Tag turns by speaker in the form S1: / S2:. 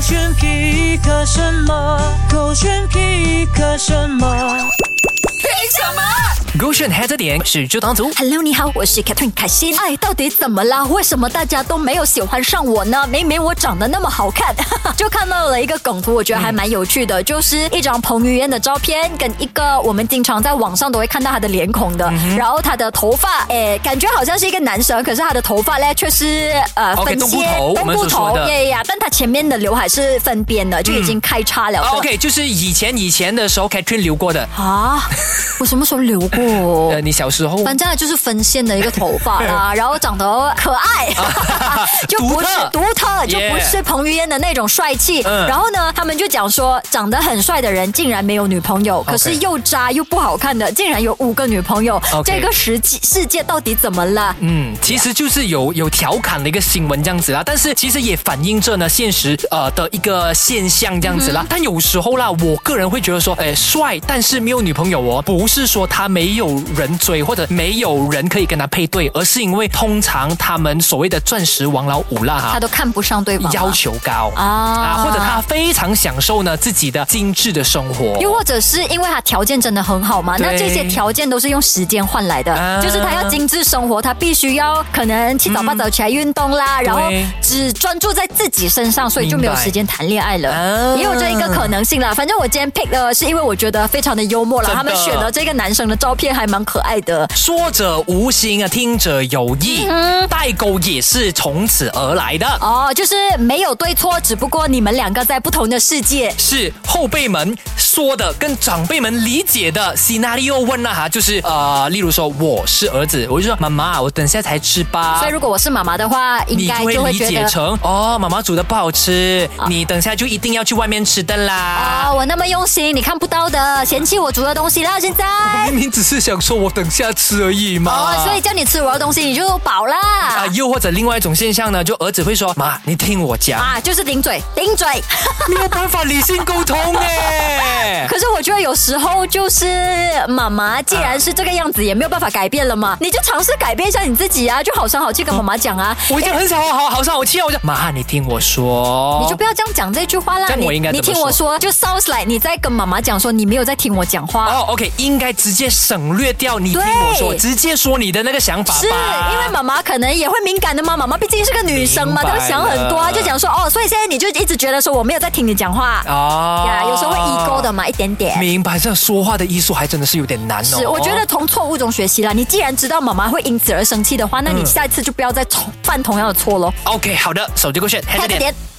S1: 选皮克什么？狗选皮克什么？
S2: 勾选黑着点是就当族。
S3: Hello，你好，我是 Catherine 凯欣。哎，到底怎么啦？为什么大家都没有喜欢上我呢？明明我长得那么好看， 就看到了一个梗图，我觉得还蛮有趣
S2: 嗯
S3: 的，就是一张彭于晏的照片跟一个我们经常在网上都会看到他的脸孔
S2: 嗯
S3: 的，然后他的头发，哎，感觉好像是一个男神，可是他的头发嘞却是呃
S2: OK，
S3: 分
S2: 东部
S3: 线
S2: 头我们所说的
S3: 耶呀，但他前面的刘海是分边的，就已经开叉了的。
S2: 啊 OK，就是以前以前的时候 Catherine 留过的，
S3: 啊， 我什么时候留过？
S2: 呃，你小时候
S3: 反正就是分线的一个头发 啦，然后长得可爱，就不是
S2: 独
S3: 独特，就不
S2: Yeah
S3: 是彭于晏的那种帅气。
S2: 嗯
S3: 然后呢，他们就讲说，长得很帅的人竟然没有女朋友，可是又渣又不好看的竟然有五个女朋友
S2: OK
S3: 这个世界世界到底怎么了？
S2: 嗯，其实就是有有调侃的一个新闻这样子啦，但是其实也反映着呢现实呃的一个现象这样
S3: 嗯
S2: 子啦。但有时候啦，我个人会觉得说，哎，帅但是没有女朋友哦，不是说他没有人追或者没有人可以跟他配对，而是因为通常他们所谓的钻石王老五啦哈
S3: 他。都看不上对方吗
S2: 要求高
S3: 啊
S2: 或者他非常享受呢自己的精致的生活，
S3: 又或者是因为他条件真的很好嘛？那
S2: 哦对
S3: 这些条件都是用时间换来的，
S2: 啊
S3: 就是他要精致生活，他必须要可能七早八早起来运动
S2: 嗯
S3: 啦，然后只专注在自己身上，所以就没有时间谈恋爱
S2: 啊
S3: 了，也有这一个可能性啦。反正我今天 pick 的是因为我觉得非常的幽默啦，
S2: 真的
S3: 他们选的这个男生的照片还蛮可爱的。
S2: 说者无心啊，听者有意，
S3: 嗯
S2: 代沟也是从此而来的。
S3: 哦，就是没有对错，只不过你们两个在不同的世界。
S2: 是后辈们说的，跟长辈们理解的 scenario 问了哈，就是呃，例如说我是儿子，我就说妈妈，我等下才吃吧
S3: 所以。如果我是妈妈的话，应
S2: 啊你
S3: 该
S2: 就
S3: 就会
S2: 会理
S3: 觉
S2: 解
S3: 得。
S2: 成哦，妈妈煮的不好吃，你等下就一定要去外面吃的啦。
S3: 哦，我那么用心，你看不到的，嫌弃我煮的东西啦，现在。
S2: 明明只是想说我等下吃而已嘛。
S3: 哦，所以叫你吃我的东西，你就饱啦。
S2: 啊，又或者另外一种现象呢，就儿子会说妈，你听我讲，
S3: 啊，就是顶嘴，顶嘴。
S2: 没有办法理性沟通哎。
S3: 可是我觉得有时候就是妈妈，既然是这个样子，也没有办法改变了嘛，你就尝试改变一下你自己啊，就好声好气跟妈妈讲啊，
S2: 我已经很少好好好上好气啊，我就妈，你听我说，
S3: 你就不要这样讲这句话啦。
S2: 这样
S3: 你
S2: 我应该
S3: 你
S2: 怎么
S3: 听我说，就 sounds like 你在跟妈妈讲说你没有在听我讲话。
S2: 哦、o k 应该直接省略掉你听
S3: 对
S2: 我说，直接说你的那个想法吧。
S3: 是因为妈妈可能也会敏感的嘛，妈妈毕竟是个女生嘛，
S2: 明白
S3: 她会想很多啊，
S2: 了
S3: 就讲说哦，所以现在你就一直觉得说我没有在听你讲话
S2: 哦
S3: 呀，有时候会 ego 的。嘛，一点点。
S2: 明白，这说话的艺术还真的是有点难哦。
S3: 是，我觉得从错误中学习啦。你既然知道妈妈会因
S2: 嗯
S3: 此而生气的话，那你下一次就不要再重犯同样的错喽。
S2: OK，好的，手机勾选，开
S3: 快
S2: 着
S3: 点
S2: 哎点。
S3: 点。